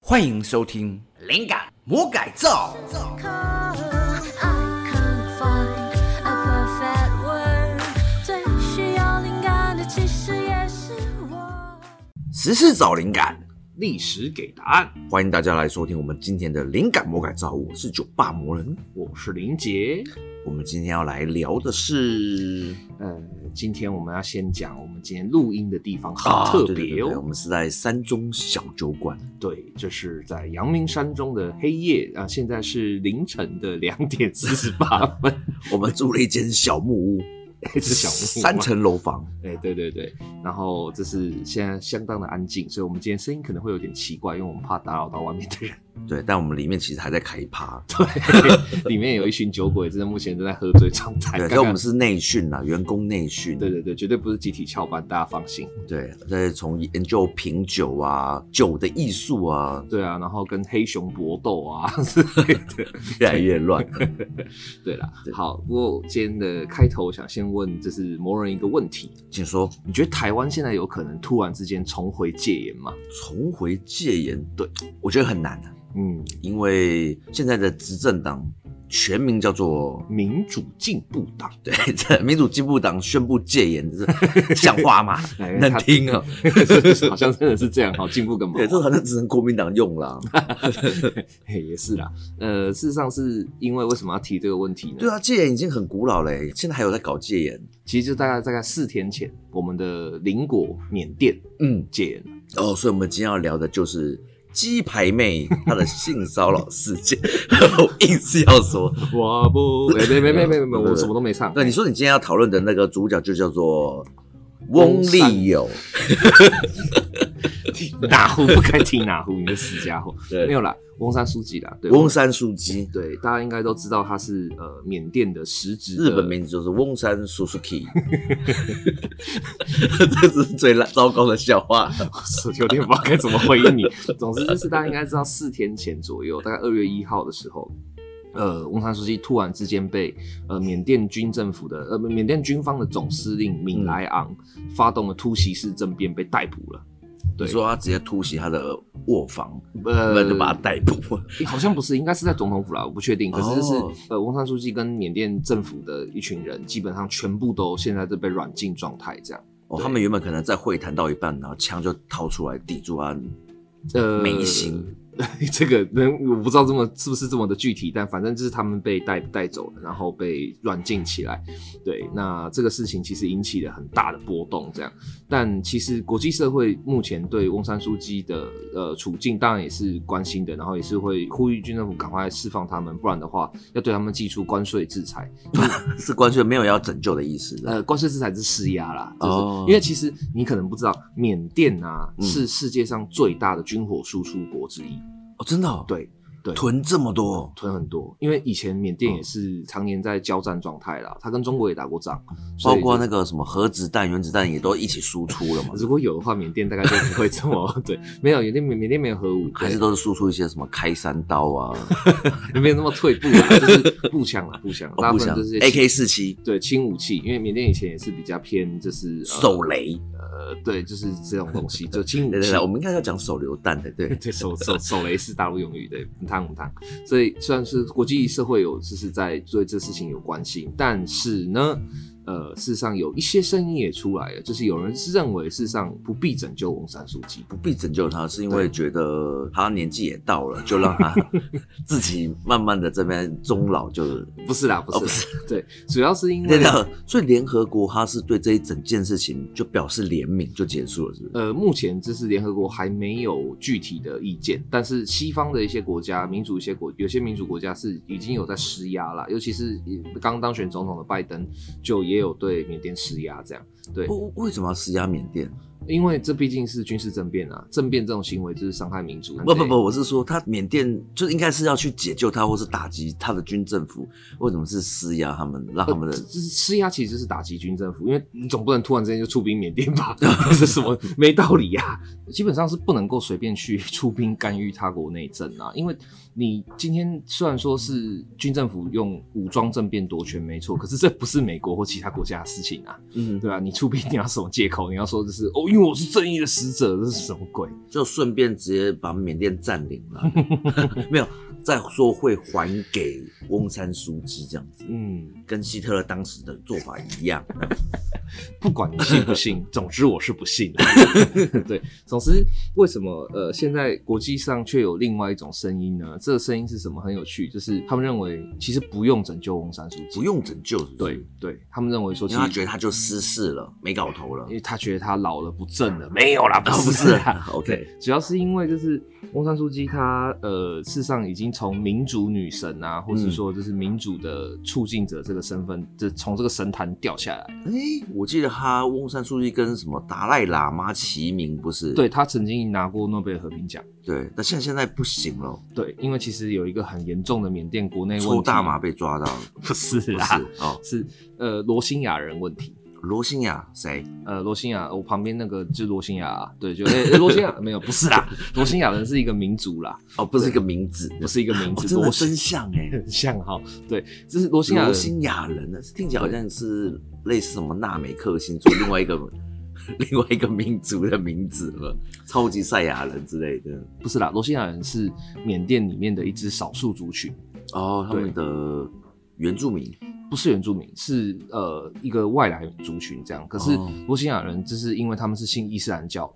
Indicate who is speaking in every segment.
Speaker 1: 欢迎收听
Speaker 2: 《灵感魔改造》。
Speaker 3: I can't find a perfect word，最需要灵感的其实也是我。
Speaker 1: 时事找灵感，
Speaker 2: 历史给答案，
Speaker 1: 欢迎大家来收听我们今天的灵感魔改造。我是酒吧魔人，
Speaker 2: 我是林杰。
Speaker 1: 我们今天要来聊的是
Speaker 2: 呃，今天我们要先讲我们今天录音的地方很特
Speaker 1: 对对啊对
Speaker 2: 别
Speaker 1: 对
Speaker 2: 哦
Speaker 1: 我，们是在山中小酒馆，
Speaker 2: 对，就是在阳明山中的黑夜啊、现在是凌晨的两点四十八 分，
Speaker 1: 我们租了一间小木 屋，
Speaker 2: 是小木屋啊吗
Speaker 1: 三，层楼房，
Speaker 2: 哎，对对对，然后这是现在相当的安静，所以我们今天声音可能会有点奇怪，因为我们怕打扰到外面 的人。
Speaker 1: 对，但我们里面其实还在开趴，
Speaker 2: 对，里面有一群酒鬼，真的目前正在喝醉状态。
Speaker 1: 对，
Speaker 2: 刚
Speaker 1: 所以
Speaker 2: 刚
Speaker 1: 我们是内训啦，员工内训，
Speaker 2: 对对对，绝对不是集体翘班，大家放心。
Speaker 1: 对，在从研究品酒啊、酒的艺术啊，
Speaker 2: 对啊，然后跟黑熊搏斗啊之类的。
Speaker 1: 越来越 乱。
Speaker 2: 对啦，
Speaker 1: 对
Speaker 2: 好，不过今天的开头，我想先问就是魔人一个问题：
Speaker 1: 请说，
Speaker 2: 你觉得台湾现在有可能突然之间重回戒严吗？
Speaker 1: 重回戒严，对我觉得很难啊，
Speaker 2: 嗯，
Speaker 1: 因为现在的执政党全名叫做
Speaker 2: 民主进步党，
Speaker 1: 对这民主进步党宣布戒严，这像话吗？
Speaker 2: 哎
Speaker 1: 能
Speaker 2: 他
Speaker 1: 听啊？
Speaker 2: 好像真的是这样，好进步 个毛啊
Speaker 1: 对，这好像只能国民党用啦。
Speaker 2: 嘿也是啦。呃，事实上是因为为什么要提这个问题呢？
Speaker 1: 对啊，戒严已经很古老嘞，现在还有在搞戒严。
Speaker 2: 其实就大概大概四天前，我们的邻国缅甸
Speaker 1: 嗯，
Speaker 2: 戒严了。
Speaker 1: 哦，所以我们今天要聊的就是。鸡排妹她的性骚扰事件， 我硬是要说。
Speaker 2: 哇不， 没没没没没没，我什么都没唱。
Speaker 1: 对，你说你今天要讨论的那个主角就叫做翁立友，
Speaker 2: 哪壶不开提哪壶，你个死家伙！
Speaker 1: 对
Speaker 2: 没有啦，翁山书记啦，对，
Speaker 1: 翁山书记，
Speaker 2: 对，大家应该都知道他是呃缅甸的实质
Speaker 1: 日本 名字就是翁山 Suzuki，这是最烂糟糕的笑话。
Speaker 2: 字，有点不知道该怎么回 应你。总之就是大家应该知道，四天前左右，大概二月一号的时候。呃，翁山书记突然之间被呃缅甸军政府的呃缅甸军方的总司令敏莱昂发动了突袭式政变，被逮捕了。
Speaker 1: 嗯你
Speaker 2: 对，
Speaker 1: 说他直接突袭他的卧房，那
Speaker 2: 呃，
Speaker 1: 就把他逮捕。
Speaker 2: 好像不是，应该是在总统府啦，我不确定。可是就是、
Speaker 1: 哦
Speaker 2: 呃，翁山书记跟缅甸政府的一群人，基本上全部都现在都被软禁状态这样。
Speaker 1: 哦，
Speaker 2: 对
Speaker 1: 他们原本可能在会谈到一半，然后枪就掏出来抵住啊 他。
Speaker 2: 呃，
Speaker 1: 美型
Speaker 2: 这个人我不知道这么是不是这么的具体，但反正就是他们被带带走了，然后被软禁起来。对，那这个事情其实引起了很大的波动，这样。但其实国际社会目前对翁山书记的呃处境，当然也是关心的，然后也是会呼吁军政府赶快释放他们，不然的话要对他们寄出关税制裁。
Speaker 1: 是关税没有要拯救的意思的。
Speaker 2: 呃，关税制裁是施压啦，就是、
Speaker 1: 哦
Speaker 2: 因为其实你可能不知道，缅甸啊、
Speaker 1: 嗯
Speaker 2: 是世界上最大的军火输出国之一，
Speaker 1: 哦，真的、哦，，
Speaker 2: 对对，
Speaker 1: 囤这么多，
Speaker 2: 囤很多，因为以前缅甸
Speaker 1: 嗯
Speaker 2: 也是常年在交战状态啦，他跟中国也打过仗，所以
Speaker 1: 包括
Speaker 2: 就
Speaker 1: 那个什么核子弹、原子弹也都一起输出了嘛，
Speaker 2: 如果有的话，缅甸大概就不会这么 对，没有缅甸缅缅甸没有核武，
Speaker 1: 还是都是输出一些什么开山刀 啊、
Speaker 2: 对没有那么退步啦，就是步枪啦，步枪，
Speaker 1: 哦
Speaker 2: 大
Speaker 1: 不
Speaker 2: 部分
Speaker 1: 想
Speaker 2: 都是
Speaker 1: AK 四七、
Speaker 2: 对轻武器，因为缅甸以前也是比较偏就是
Speaker 1: 手，
Speaker 2: 呃
Speaker 1: 雷。
Speaker 2: 呃，对，就是这种东西，就轻武
Speaker 1: 对对
Speaker 2: 器。
Speaker 1: 对，我。们应该要讲手榴弹的，对
Speaker 2: 对手手手雷是大陆用语，对，母汤母汤。所以虽然是国际社会有就是在对这事情有关心，但是呢，呃，事实上有一些声音也出来了，就是有人是认为事实上不必拯救翁山书记，
Speaker 1: 不必拯救他，是因为觉得他年纪也到了，就让他 自己慢慢的这边终老就。
Speaker 2: 不是啦，不是啦，
Speaker 1: 哦不
Speaker 2: 对，主要是因
Speaker 1: 对
Speaker 2: 为
Speaker 1: 的，哦所以联合国他是对这一整件事情就表示怜悯，就结束了，是不是？
Speaker 2: 呃，目前这是联合国还没有具体的意见，但是西方的一些国家，民主一些国，有些民主国家是已经有在施压啦，尤其是呃刚当选总统的拜登，就也有对缅甸施压这样。对，
Speaker 1: 为为什么要施压缅甸？
Speaker 2: 因为这毕竟是军事政变啊，政变这种行为就是伤害民族。
Speaker 1: 不不不，，我是说他缅甸就应该是要去解救他，或是打击他的军政府，为什么是施压他们，让他们的
Speaker 2: 这呃这是施压，其实就是打击军政府，因为你总不能突然之间就出兵缅甸 吧？这是什么没道理呀、基本上是不能够随便去出兵干预他国内政啊，因为你今天虽然说是军政府用武装政变夺权没错，可是这不是美国或其他国家的事情啊。
Speaker 1: 嗯，
Speaker 2: 对啊，你出兵你要什么借口？你要说就是哦，我因为我是正义的使者，这是什么鬼？
Speaker 1: 就顺便直接把缅甸占领了，没有再说会还给翁山苏姬这样子，
Speaker 2: 嗯，
Speaker 1: 跟希特勒当时的做法一样。
Speaker 2: 不管你信 不信，总之我是不信的。 对，总之为什么呃现在国际上却有另外一种声音呢？这个声音是什么？很有趣，就是他们认为其实不用拯救翁山书记，
Speaker 1: 不用拯救是不是
Speaker 2: 对，对，他们认为说其
Speaker 1: 因
Speaker 2: 实
Speaker 1: 为他觉得他就失势了，没搞头了
Speaker 2: 因。为他觉得他老了不正了，没 有啦，不是
Speaker 1: 不是
Speaker 2: 啦
Speaker 1: 啊 OK
Speaker 2: 对主要是因为就是翁山书记她呃，事实上已经从民主女神啊，或是
Speaker 1: 嗯
Speaker 2: 说就是民主的促进者这个身份，就从这个神坛掉下来。
Speaker 1: 哎、我记得他翁山书记跟什么达赖喇嘛齐名，不是？
Speaker 2: 对她曾经拿过诺贝尔和平奖，
Speaker 1: 对，那现在现在不行了，
Speaker 2: 对，因为其实有一个很严重的缅甸国内问题，
Speaker 1: 抽大麻被抓到了，
Speaker 2: 不是啊
Speaker 1: 不
Speaker 2: 啦，
Speaker 1: 是哦。
Speaker 2: 是呃罗兴亚人问题。
Speaker 1: 罗兴亚谁？
Speaker 2: 呃，罗兴亚，我旁边那个就是罗兴亚、啊，对，就哎哎罗兴亚 没有，不是啦，罗兴亚人是一个民族啦，
Speaker 1: 哦，不是一个名字，
Speaker 2: 不是一个名
Speaker 1: 哦
Speaker 2: 字，
Speaker 1: 真的
Speaker 2: 罗兴
Speaker 1: 真像哎、
Speaker 2: 很像哈，对，这是罗兴亚
Speaker 1: 罗
Speaker 2: 人，
Speaker 1: 兴亚人呢，听起来好像是类似什么纳美克星座另外一个 另外一个民族的名字了，超级赛亚人之类的。
Speaker 2: 不是啦，罗兴亚人是缅甸里面的一支少数族群，
Speaker 1: 哦，他们的原住民
Speaker 2: 不是原住民，是呃一个外来族群这样。可是
Speaker 1: 哦
Speaker 2: 罗兴亚人就是因为他们是信伊斯兰教，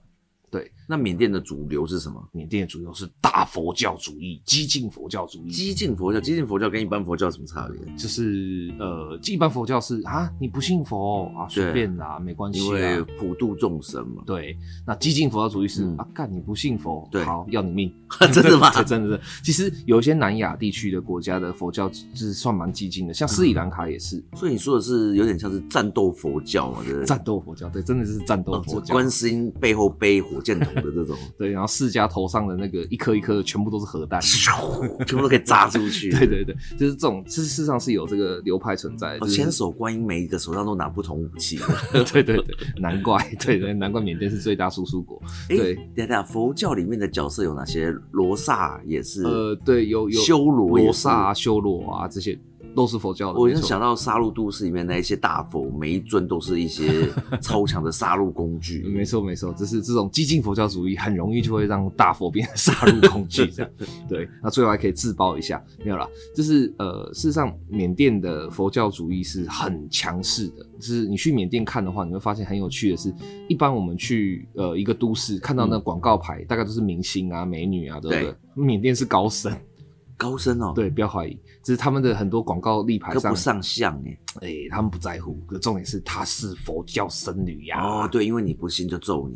Speaker 1: 那缅甸的主流是什么？
Speaker 2: 缅甸的主流是大佛教主义、激进佛教主义，
Speaker 1: 激进佛教，激进佛教跟一般佛教有什么差别？
Speaker 2: 就是啊呃一般佛教是啊你不信佛、哦、啊随
Speaker 1: 对
Speaker 2: 便啦，没关系
Speaker 1: 因为
Speaker 2: 啦。
Speaker 1: 普度众生嘛。
Speaker 2: 对，那激进佛教主义是、
Speaker 1: 嗯
Speaker 2: 啊，干你不信佛，
Speaker 1: 对
Speaker 2: 好要你命，
Speaker 1: 真的吗
Speaker 2: 对 真的真的。其实有一些南亚地区的国家的佛教是算蛮激进的，
Speaker 1: 嗯
Speaker 2: 像斯里兰卡也是
Speaker 1: 所以你说的是有点像是战斗佛教嘛，对不对？
Speaker 2: 战斗佛教，对，真的是战斗
Speaker 1: 哦
Speaker 2: 佛教。
Speaker 1: 观世音背后背火箭筒的这 种，
Speaker 2: 对，然后释迦头上的那个一颗一颗的全部都是核弹。
Speaker 1: 全部都可以炸出去。
Speaker 2: 对对对，就是这种，事实上是有这个流派存在的。
Speaker 1: 哦，
Speaker 2: 就是
Speaker 1: 千手观音每一个手上都拿不同武器。
Speaker 2: 对对对，难怪，对对，难怪缅甸是最大输出国。
Speaker 1: 诶
Speaker 2: 对
Speaker 1: 等一下，佛教里面的角色有哪些？罗刹也是，
Speaker 2: 呃，对，有有
Speaker 1: 修罗也是
Speaker 2: 罗刹啊、修罗啊，这些都是佛教的。
Speaker 1: 我
Speaker 2: 没
Speaker 1: 就
Speaker 2: 错
Speaker 1: 想到《杀戮都市》里面那一些大佛，每一尊都是一 些超强的杀戮工具。
Speaker 2: 没错没错，就是这种激进佛教主义，很容易就会让大佛变成杀戮工具 这样。对，那最后还可以自爆一下，没有啦，就是呃，事实上缅甸的佛教主义是很强势的，就是你去缅甸看的话，你会发现很有趣的是，一般我们去呃一个都市看到那广告牌，大概都是明星啊、美女啊，对不对
Speaker 1: 对？
Speaker 2: 缅甸是高僧，
Speaker 1: 高僧哦，，
Speaker 2: 对，不要怀疑，只是他们的很多广告立牌
Speaker 1: 都
Speaker 2: 上
Speaker 1: 不，上相哎。
Speaker 2: 哎、他们不在乎，可重点是她是佛教僧侣呀、
Speaker 1: 哦，对，因为你不信就揍 你，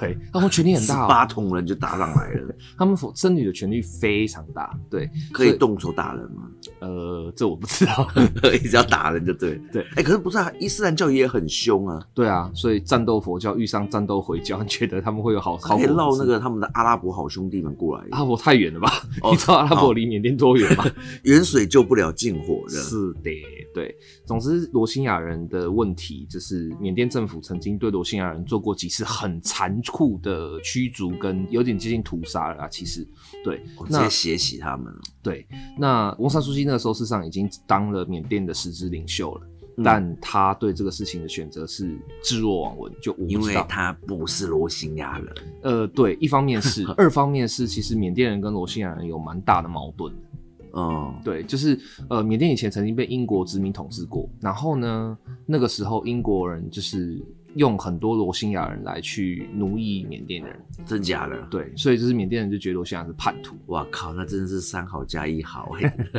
Speaker 2: 对，他们权力很
Speaker 1: 十
Speaker 2: 大、哦，
Speaker 1: 八铜人就打上来 了，
Speaker 2: 他们否僧侣的权力非常大，对，
Speaker 1: 可以动手打人吗？
Speaker 2: 呃，这我不知道，
Speaker 1: 一直要打人就对了。
Speaker 2: 对
Speaker 1: 哎，可是不是啊？伊斯兰教也很凶啊，
Speaker 2: 对啊，所以战斗佛教遇上战斗回教，你 觉得他们会有好好
Speaker 1: 可以
Speaker 2: 果子
Speaker 1: 绕那个他们的阿拉伯好兄弟们过来，
Speaker 2: 阿拉伯太远了吧？
Speaker 1: 哦
Speaker 2: 你知道阿拉伯离缅甸多 远吗？
Speaker 1: 远水救不了近火的。
Speaker 2: 是的，对。总之，罗兴亚人的问题就是缅甸政府曾经对罗兴亚人做过几次很残酷的驱逐，跟有点接近屠杀了啊。其实，对，
Speaker 1: 我直
Speaker 2: 那
Speaker 1: 接血洗他们了。
Speaker 2: 对，那翁山书记那个时候事实上已经当了缅甸的实质领袖了，
Speaker 1: 嗯
Speaker 2: 但他对这个事情的选择是置若罔闻，就我
Speaker 1: 因
Speaker 2: 不知
Speaker 1: 为
Speaker 2: 道。
Speaker 1: 他不是罗兴亚人，
Speaker 2: 呃，对，一方 面是，二方面是，其实缅甸人跟罗兴亚人有蛮大的矛盾的。
Speaker 1: 嗯，
Speaker 2: 对，就是呃，缅甸以前曾经被英国殖民统治过，然后呢，那个时候英国人就是用很多罗兴亚人来去奴役缅甸人，
Speaker 1: 真假的？，
Speaker 2: 对，所以就是缅甸人就觉得罗兴亚人是叛徒。
Speaker 1: 哇靠，那真的是三好加一好哎、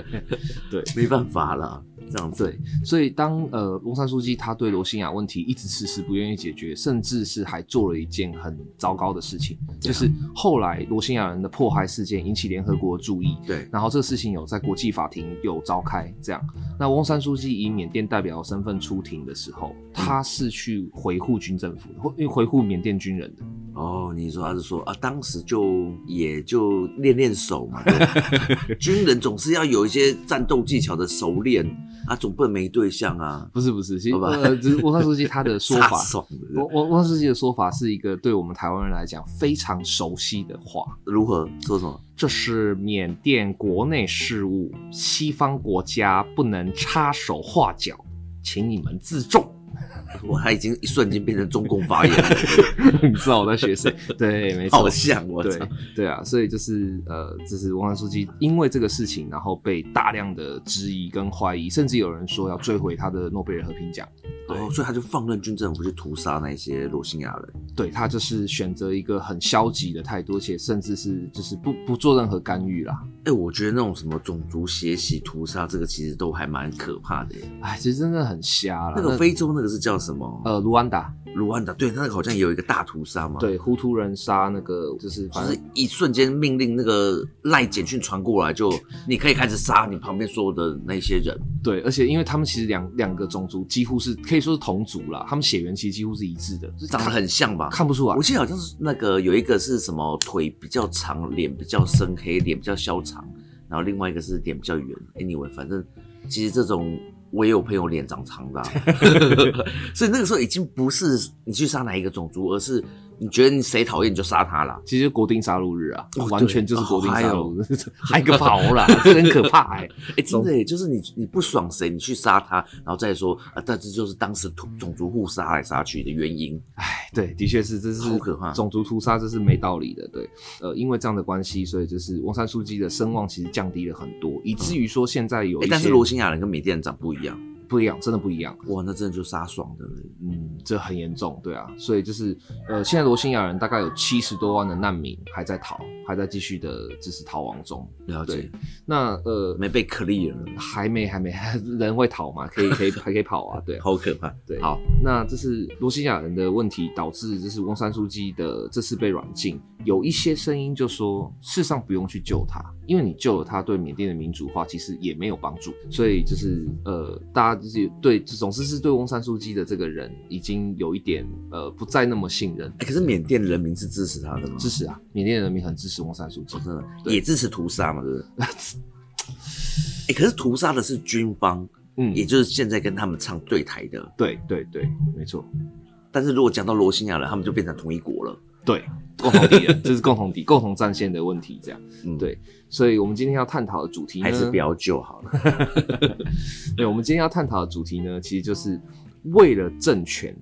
Speaker 2: 对，
Speaker 1: 没办法了，这样子。
Speaker 2: 对，所以当呃翁山书记他对罗兴亚问题一直迟迟不愿意解决，甚至是还做了一件很糟糕的事情，就是后来罗兴亚人的迫害事件引起联合国的注意。
Speaker 1: 对，
Speaker 2: 然后这个事情有在国际法庭有召开，这样。那翁山书记以缅甸代表的身份出庭的时候，他是去回护军政府的，或因为回护缅甸军人的。
Speaker 1: 哦，你说他是说啊，当时就也就练练手嘛， 对军人总是要有一些战斗技巧的熟练啊，总不能没对象啊，
Speaker 2: 不是不是，其实
Speaker 1: 好吧
Speaker 2: 呃，只是翁山书记他的说 法
Speaker 1: 飒，爽的
Speaker 2: 我我翁山书记的说法是一个对我们台湾人来讲非常熟悉的话。
Speaker 1: 如何说什么？
Speaker 2: 这是缅甸国内事务，西方国家不能插手画脚，请你们自重。
Speaker 1: 我他已经一瞬间变成中共发言人了，
Speaker 2: 你知道我在 学谁？对， 没错
Speaker 1: 好，像我
Speaker 2: 对
Speaker 1: 操，
Speaker 2: 对啊，所以就是呃，就是文化书记因为这个事情，然后被大量的质疑跟怀疑，甚至有人说要追回他的诺贝尔和平奖。对
Speaker 1: 哦，所以他就放任军政府去屠杀那些罗兴亚人，
Speaker 2: 对他就是选择一个很消极的态度，而且甚至是就是不不做任何干预啦。
Speaker 1: 哎、我觉得那种什么种族血洗屠杀，这个其实都还蛮可怕的耶。欸
Speaker 2: 哎，其实真的很瞎啦。
Speaker 1: 那个非洲那个是叫什么？
Speaker 2: 呃，卢安达
Speaker 1: 卢安达，对，那个好像也有一个大屠杀嘛。，
Speaker 2: 对胡图人杀那个就是
Speaker 1: 嗯就
Speaker 2: 反正
Speaker 1: 是一瞬间命令那个赖简讯传过来，就你可以开始杀你旁边所有的那些人。
Speaker 2: 对，而且因为他们其实两两个种族几乎是可以说是同族啦，他们血缘其实几乎是一致的，就是
Speaker 1: 长得很像吧？
Speaker 2: 看不出来
Speaker 1: 我。记得好像是那个有一个是什么腿比较长，脸比较深黑，脸比较消长，然后另外一个是脸比较圆。Anyway，反正其实这种我也有朋友脸长长 的啊、所以那个时候已经不是你去杀哪一个种族，而是你觉得你谁讨厌你就杀他啦。
Speaker 2: 其实国定杀戮日啊，
Speaker 1: 哦
Speaker 2: 完
Speaker 1: 对
Speaker 2: 全就是国定杀
Speaker 1: 哦
Speaker 2: 戮日，还有个跑啦，这个很可怕哎、
Speaker 1: 哎、真的耶，就是你你不爽谁，你去杀他，然后再说啊，但这就是当时种种族互杀来杀去的原因。
Speaker 2: 哎，对，的确是，这是
Speaker 1: 好可怕
Speaker 2: 种族屠杀这是没道理的，对，呃，因为这样的关系，所以就是翁山书记的声望其实降低了很多，以至于说现在有一
Speaker 1: 哎、
Speaker 2: 些、
Speaker 1: 但是罗兴亚人跟缅甸人长不一样，
Speaker 2: 不一样，真的不一样，
Speaker 1: 哇，那真的就杀爽的了。
Speaker 2: 嗯，这很严重，对啊，所以就是呃，现在罗兴亚人大概有七十多万的难民还在逃，还在继续的就是逃亡中，
Speaker 1: 了解
Speaker 2: 对，那呃，
Speaker 1: 没被 clear，
Speaker 2: 还没还没， 人会逃嘛，可以可以还可以跑 啊，对啊，
Speaker 1: 好可怕。
Speaker 2: 对，
Speaker 1: 好，
Speaker 2: 那这是罗兴亚人的问题，导致就是翁山书记的这次被软禁。有一些声音就说，事实上不用去救他，因为你救了他，对缅甸的民主化其实也没有帮助。所以就是呃，大家就是对，总之是对翁山书记的这个人已经有一点呃不再那么信任。
Speaker 1: 哎、可是缅甸人民是支持他的吗？
Speaker 2: 支持啊，缅甸人民很支持翁山书记
Speaker 1: 哦，。真的
Speaker 2: 对
Speaker 1: 也支持屠杀嘛，对不对？ 哎、可是屠杀的是军方，
Speaker 2: 嗯，
Speaker 1: 也就是现在跟他们唱对台的。
Speaker 2: 对对对，没错，
Speaker 1: 但是如果讲到罗兴亚人，他们就变成同一国了。
Speaker 2: 对，共同敌人，这是共同敌、共同战线的问题，这样。
Speaker 1: 嗯，
Speaker 2: 对所以我们今天要探讨的主题呢
Speaker 1: 还是不要救好了。
Speaker 2: 对，我们今天要探讨的主题呢，其实就是为了政权，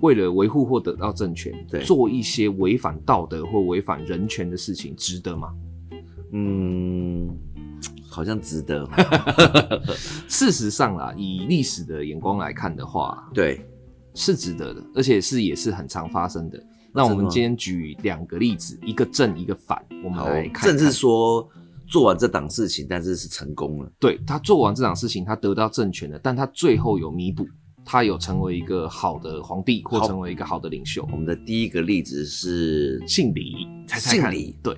Speaker 2: 为了维护或得到政权，
Speaker 1: 对
Speaker 2: 做一些违反道德或违反人权的事情，值得吗？
Speaker 1: 嗯，好像值 得。
Speaker 2: 事实上啦，以历史的眼光来看的话，
Speaker 1: 对，
Speaker 2: 是值得的，而且是也是很常发生的。那我
Speaker 1: 真的
Speaker 2: 们
Speaker 1: 吗
Speaker 2: 今天举两个例子，一个正，一个反，我们
Speaker 1: 好
Speaker 2: 来，看看。
Speaker 1: 甚至说做完这档事情，但是是成功了。
Speaker 2: 对他做完这档事情，他得到政权了，但他最后有弥补，他有成为一个好的皇帝或
Speaker 1: 好
Speaker 2: 成为一个好的领袖
Speaker 1: 我。们的第一个例子是
Speaker 2: 姓李，猜猜
Speaker 1: 姓
Speaker 2: 看
Speaker 1: 李
Speaker 2: 对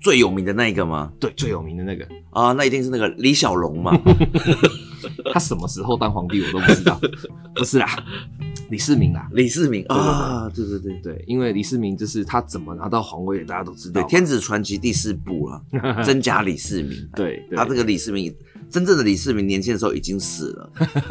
Speaker 1: 最有名的那一个吗？
Speaker 2: 对，最有名的那个，
Speaker 1: 啊，那一定是那个李小龙 嘛。
Speaker 2: 他什么时候当皇帝我都不 知道。不是啦，李世民啦。
Speaker 1: 李世民
Speaker 2: 对对对
Speaker 1: 啊，对对对
Speaker 2: 对，因为李世民就是他怎么拿到皇位，大家都知道
Speaker 1: 对，
Speaker 2: 嘛。
Speaker 1: 《天子传奇》第四部了， 真假李世民。
Speaker 2: 哎对对
Speaker 1: 他这个李世民，真正的李世民年轻的时候已经死 了，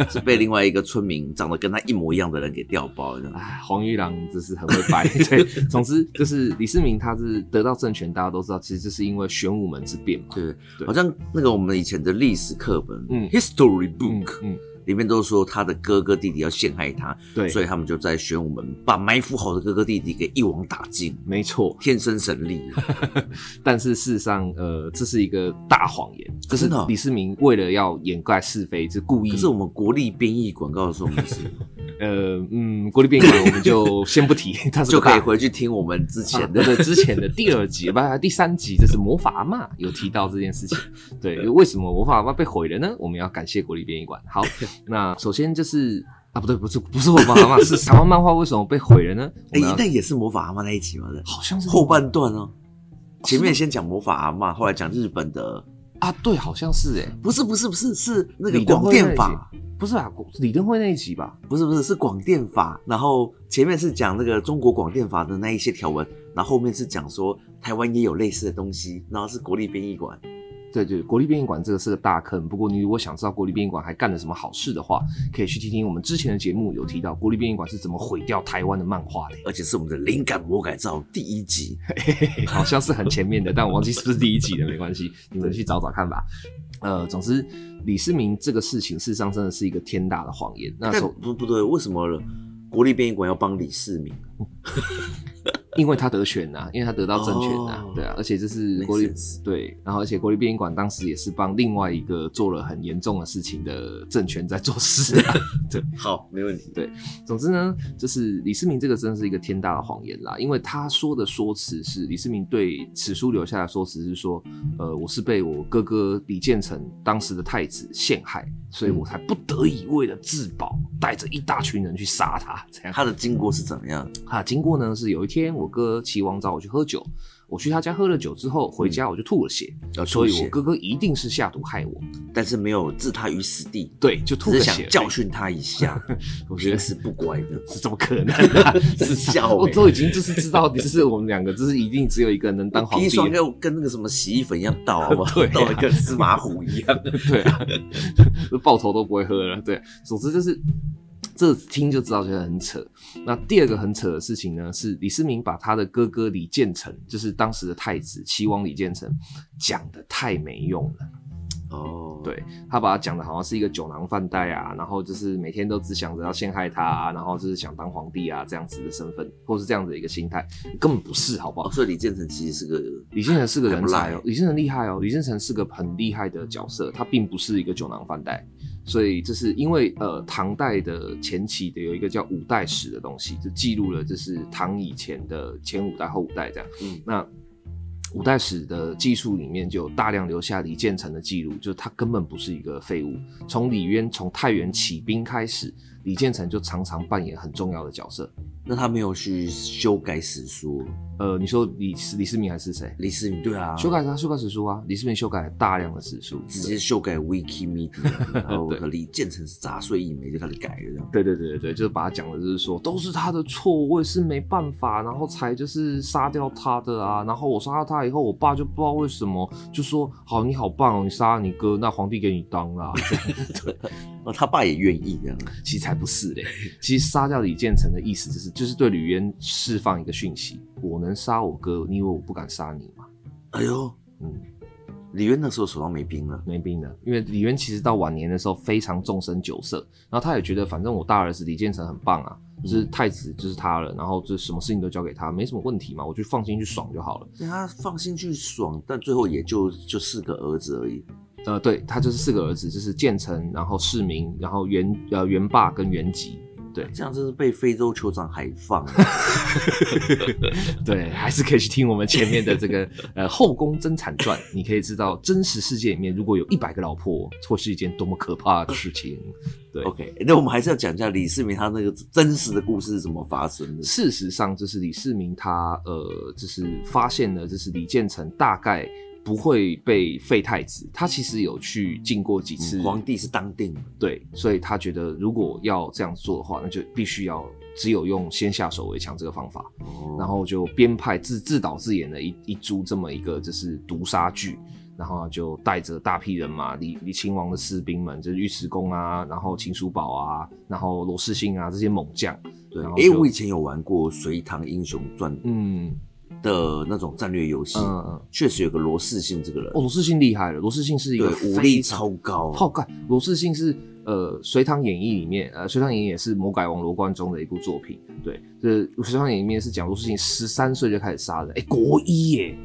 Speaker 1: 是被另外一个村民长得跟他一模一样的人给调包了。
Speaker 2: 哎，黄玉郎真是很会掰。 对，总之就是李世民，他是得到政权，大家都知道，其实这是因为玄武门之变嘛。
Speaker 1: 对
Speaker 2: 对，
Speaker 1: 好像那个我们以前的历史课本，
Speaker 2: 嗯
Speaker 1: h i s t o r y
Speaker 2: 嗯
Speaker 1: Book》
Speaker 2: 嗯，
Speaker 1: 里面都说他的哥哥弟弟要陷害他，
Speaker 2: 对，
Speaker 1: 所以他们就在玄武门把埋伏好的哥哥弟弟给一网打尽，
Speaker 2: 没错。
Speaker 1: 天生神 力。
Speaker 2: 但是事实上，呃，这是一个大谎言，这是
Speaker 1: 真的哦
Speaker 2: 李世民为了要掩盖是非，就故意。
Speaker 1: 可是我们国立编译广告的时候，我们 是
Speaker 2: 呃嗯，国立殡仪馆我们就先不 提，它是
Speaker 1: 就
Speaker 2: 个大
Speaker 1: 可以回去听我们之前的
Speaker 2: 啊对对之前的第二集，不，第三集就是魔法阿嬷有提到这件 事情。对，为什么魔法阿嬷被毁了呢？我们要感谢国立编译馆。 好，那首先就是啊，不对，不是不是魔法阿嬷，是台湾漫画为什么被毁了呢？我
Speaker 1: 哎、
Speaker 2: 们要
Speaker 1: 那也是魔法阿妈那一集吗？
Speaker 2: 好像是
Speaker 1: 后半段哦，前面先讲魔法阿妈，后来讲日本的，
Speaker 2: 啊，对，好像是哎、
Speaker 1: 不是不是不是是那个
Speaker 2: 李登
Speaker 1: 广
Speaker 2: 辉那
Speaker 1: 电
Speaker 2: 一
Speaker 1: 法，
Speaker 2: 集，不是啊，李登辉那一集吧？
Speaker 1: 不是不是是广电法，然后前面是讲那个中国广电法的那一些条文，然后后面是讲说台湾也有类似的东西，然后是国立编译馆，
Speaker 2: 对对，国立殡仪馆这个是个大坑。不过你如果想知道国立殡仪馆还干了什么好事的话，可以去听听我们之前的节目有提到国立殡仪馆是怎么毁掉台湾的漫画的，
Speaker 1: 而且是我们的灵感魔改造第一集，
Speaker 2: 好像是很前面的，但我忘记是不是第一集了，没关系，你们去找找看吧。呃，总之李世民这个事情事实上真的是一个天大的谎言。那
Speaker 1: 但
Speaker 2: 首
Speaker 1: 不不对，为什么国立殡仪馆要帮李世民，
Speaker 2: 因为他得选啊，因为他得到政权啊，
Speaker 1: 哦
Speaker 2: 对啊，而且这是国立
Speaker 1: Makes sense
Speaker 2: 对，然后而且国立殡仪馆当时也是帮另外一个做了很严重的事情的政权在做事、啊。
Speaker 1: 好，没问题。
Speaker 2: 总之呢，就是李世民这个真是一个天大的谎言啦，因为他说的说辞是李世民对史书留下的说辞是说，呃，我是被我哥哥李建成当时的太子陷害，
Speaker 1: 嗯
Speaker 2: 所以我才不得已为了自保，带着一大群人去杀他，这样。
Speaker 1: 他的经过是怎么样？
Speaker 2: 啊，经过呢是有一天我哥齐王找我去喝酒，我去他家喝了酒之后回家我就吐了血，
Speaker 1: 要
Speaker 2: 所
Speaker 1: 出
Speaker 2: 以我
Speaker 1: 血，
Speaker 2: 哥哥一定是下毒害我，
Speaker 1: 但是没有置他于死地，
Speaker 2: 对，就吐
Speaker 1: 只
Speaker 2: 了
Speaker 1: 是
Speaker 2: 血
Speaker 1: 想
Speaker 2: 而已
Speaker 1: 教，训他一 下。
Speaker 2: 我觉
Speaker 1: 平
Speaker 2: 得
Speaker 1: 时不乖的，
Speaker 2: 是怎么可能、 啊？
Speaker 1: 真笑欸
Speaker 2: 我都已经就是知道，就是我们两个，就是一定只有一个人能当皇
Speaker 1: 砒
Speaker 2: 帝
Speaker 1: 霜
Speaker 2: 了。
Speaker 1: 要跟那个什么洗衣粉一样倒，好不好？
Speaker 2: 对啊
Speaker 1: 倒的跟司马虎一 样。
Speaker 2: 对啊，爆头都不会喝了。对，总之就是这听就知道觉得很扯。那第二个很扯的事情呢，是李世民把他的哥哥李建成，就是当时的太子齐王李建成，讲的太没用了。
Speaker 1: 哦，
Speaker 2: 对他把他讲的好像是一个酒囊饭袋啊，然后就是每天都只想着要陷害他、啊，然后就是想当皇帝啊这样子的身份，或是这样子的一个心态，根本不是，好不好
Speaker 1: 哦，？所以李建成其实是个
Speaker 2: 李建成是个人才
Speaker 1: 还
Speaker 2: 哦
Speaker 1: 不赖，嗯
Speaker 2: 李建成厉害哦，李建成是个很厉害的角色，他并不是一个酒囊饭袋，所以这是因为呃唐代的前期的有一个叫五代史的东西，就记录了就是唐以前的前五代后五代这样。
Speaker 1: 嗯
Speaker 2: 那五代史的技术里面就有大量留下李建成的记录，就是他根本不是一个废物。从李渊从太原起兵开始，李建成就常常扮演很重要的角色。
Speaker 1: 那他没有去修改史书，
Speaker 2: 呃，你说李李世民还是谁？
Speaker 1: 李世民对啊，
Speaker 2: 修改他修改史书啊，李世民修改了大量的史书，
Speaker 1: 直接修改 Wikimedia，然后
Speaker 2: 对
Speaker 1: 和李建成是杂碎一枚，就开始改了这样。
Speaker 2: 对对对对对，就是把他讲的就是说都是他的错，我也是没办法，然后才就是杀掉他的啊。然后我杀掉他以后，我爸就不知道为什么就说好你好棒哦，你杀了你哥，那皇帝给你当啦。
Speaker 1: 哦，他爸也愿意这样。
Speaker 2: 其实才不是嘞，其实杀掉李建成的意思就是就是对吕渊释放一个讯息：我能杀我哥，你以为我不敢杀你吗？
Speaker 1: 哎呦，
Speaker 2: 嗯，
Speaker 1: 李渊那时候手上没兵了，
Speaker 2: 没病的，因为李渊其实到晚年的时候非常纵身酒色，然后他也觉得反正我大儿子李建成很棒啊，就是太子就是他了，然后就是什么事情都交给他，没什么问题嘛，我就放心去爽就好了。
Speaker 1: 但他放心去爽，但最后也就就四个儿子而已。
Speaker 2: 呃，对他就是四个儿子，就是建成，然后世民，然后元呃元霸跟元吉，
Speaker 1: 这样真是被非洲酋长海放了。
Speaker 2: 对，还是可以去听我们前面的这个呃《后宫甄嬛传》，你可以知道真实世界里面如果有一百个老婆，会是一件多么可怕的事情。对
Speaker 1: OK，那我们还是要讲一下李世民他那个真实的故事是怎么发生的。
Speaker 2: 事实上，就是李世民他呃，就是发现了，就是李建成大概不会被废太子，他其实有去进过几次、
Speaker 1: 嗯皇帝是当定的，
Speaker 2: 对，所以他觉得如果要这样做的话，那就必须要只有用先下手为强这个方法，
Speaker 1: 哦
Speaker 2: 然后就编派自自导自演的一一株这么一个就是毒杀剧。然后就带着大批人马，李李亲王的士兵们，就是尉迟恭啊，然后秦叔宝啊，然后罗士信啊这些猛将，
Speaker 1: 对，
Speaker 2: 然后
Speaker 1: 诶，
Speaker 2: 就
Speaker 1: 我以前有玩过《隋唐英雄传》
Speaker 2: 嗯
Speaker 1: 的那种战略游戏，
Speaker 2: 嗯嗯，
Speaker 1: 确实有个罗士信这个人，
Speaker 2: 哦，罗士信厉害了，罗士信是一
Speaker 1: 对
Speaker 2: 个，
Speaker 1: 武力超高，啊
Speaker 2: 好干。罗士信是呃《隋唐演义》里面，呃《隋唐演义》也是魔改王罗贯中的一部作品。对，这《隋唐演义》里面是讲罗士信十三岁就开始杀人，哎、国一耶，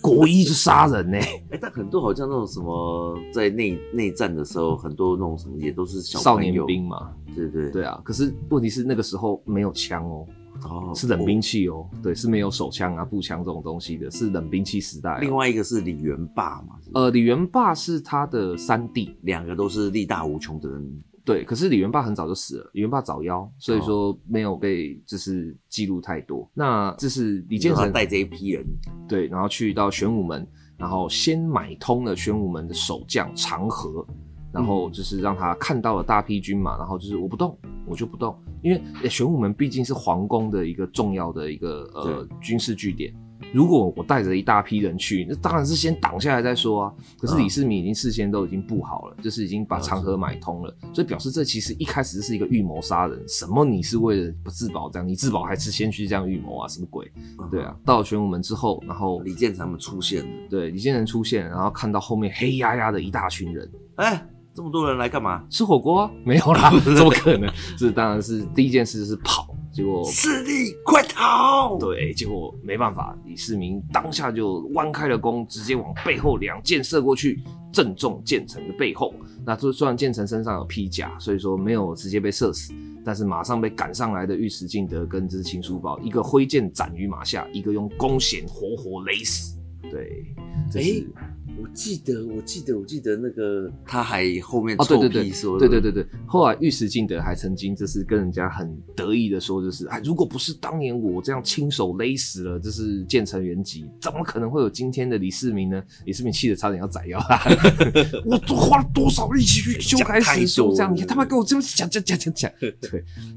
Speaker 2: 国一就杀人呢，
Speaker 1: 哎、但很多好像那种什么在内内战的时候，很多那种什么也都是小
Speaker 2: 少
Speaker 1: 朋
Speaker 2: 年
Speaker 1: 友
Speaker 2: 兵，嘛。
Speaker 1: 对对
Speaker 2: 对，啊，可是问题是那个时候没有枪哦，
Speaker 1: 哦
Speaker 2: 是冷。兵
Speaker 1: 我
Speaker 2: 器哦，对，是没有手枪啊、步枪这种东西的，是冷兵器时代、
Speaker 1: 哦另
Speaker 2: 外，
Speaker 1: 外一个是李元霸嘛，是
Speaker 2: 呃，李元霸是他的三弟，
Speaker 1: 两个都是力大无穷的人，
Speaker 2: 对，可是李元霸很早就死了，李元霸早夭，所以说没有被就是记录太多。那这是李
Speaker 1: 李
Speaker 2: 建成
Speaker 1: 带这一批人，
Speaker 2: 对，然后去到玄武门，然后先买通了玄武门的守将长河，然
Speaker 1: 嗯
Speaker 2: 后就是让他看到了大批军马，然后就是我不动，我就不动，因为诶玄武门毕竟是皇宫的一个重要的一个呃军事据点。如果我带着一大批人去，那当然是先挡下来再说啊。可是
Speaker 1: 嗯
Speaker 2: 李世民已经事先都已经布好了，就是已经把
Speaker 1: 了解
Speaker 2: 长河买通了，所以表示这其实一开始是一个预谋杀人。什么你是为了不自保这样，你自保还是先去这样预谋啊？什么鬼？对啊，到了玄武门之后，然后
Speaker 1: 李建成他们出现了，
Speaker 2: 对李建成出现，然后看到后面黑压压的一大群人，
Speaker 1: 哎，这么多人来干嘛？
Speaker 2: 吃火锅啊？没有啦，怎么可能？这当然是第一件事是跑，结 果
Speaker 1: 势力快逃！
Speaker 2: 对，结果没办法，李世民当下就弯开了弓，直接往背后两箭射过去，正中建成的背后。那就虽然建成身上有披甲，所以说没有直接被射死，但是马上被赶上来的尉迟敬德跟这秦叔宝，一个挥剑斩于马下，一个用弓弦活活勒死。对，这是、
Speaker 1: 诶我记得，我记得，我记得那个他还后面
Speaker 2: 哦，对
Speaker 1: 臭
Speaker 2: 对
Speaker 1: 屁
Speaker 2: 对，
Speaker 1: 说，
Speaker 2: 对对对对。后来尉迟敬德还曾经就是跟人家很得意的说，就是哎，如果不是当年我这样亲手勒死了，就是建成元吉，怎么可能会有今天的李世民呢？李世民气得差点要宰掉 他，我都花了多少力气去修改史书，这样你他妈给我这么讲讲讲 讲讲。对，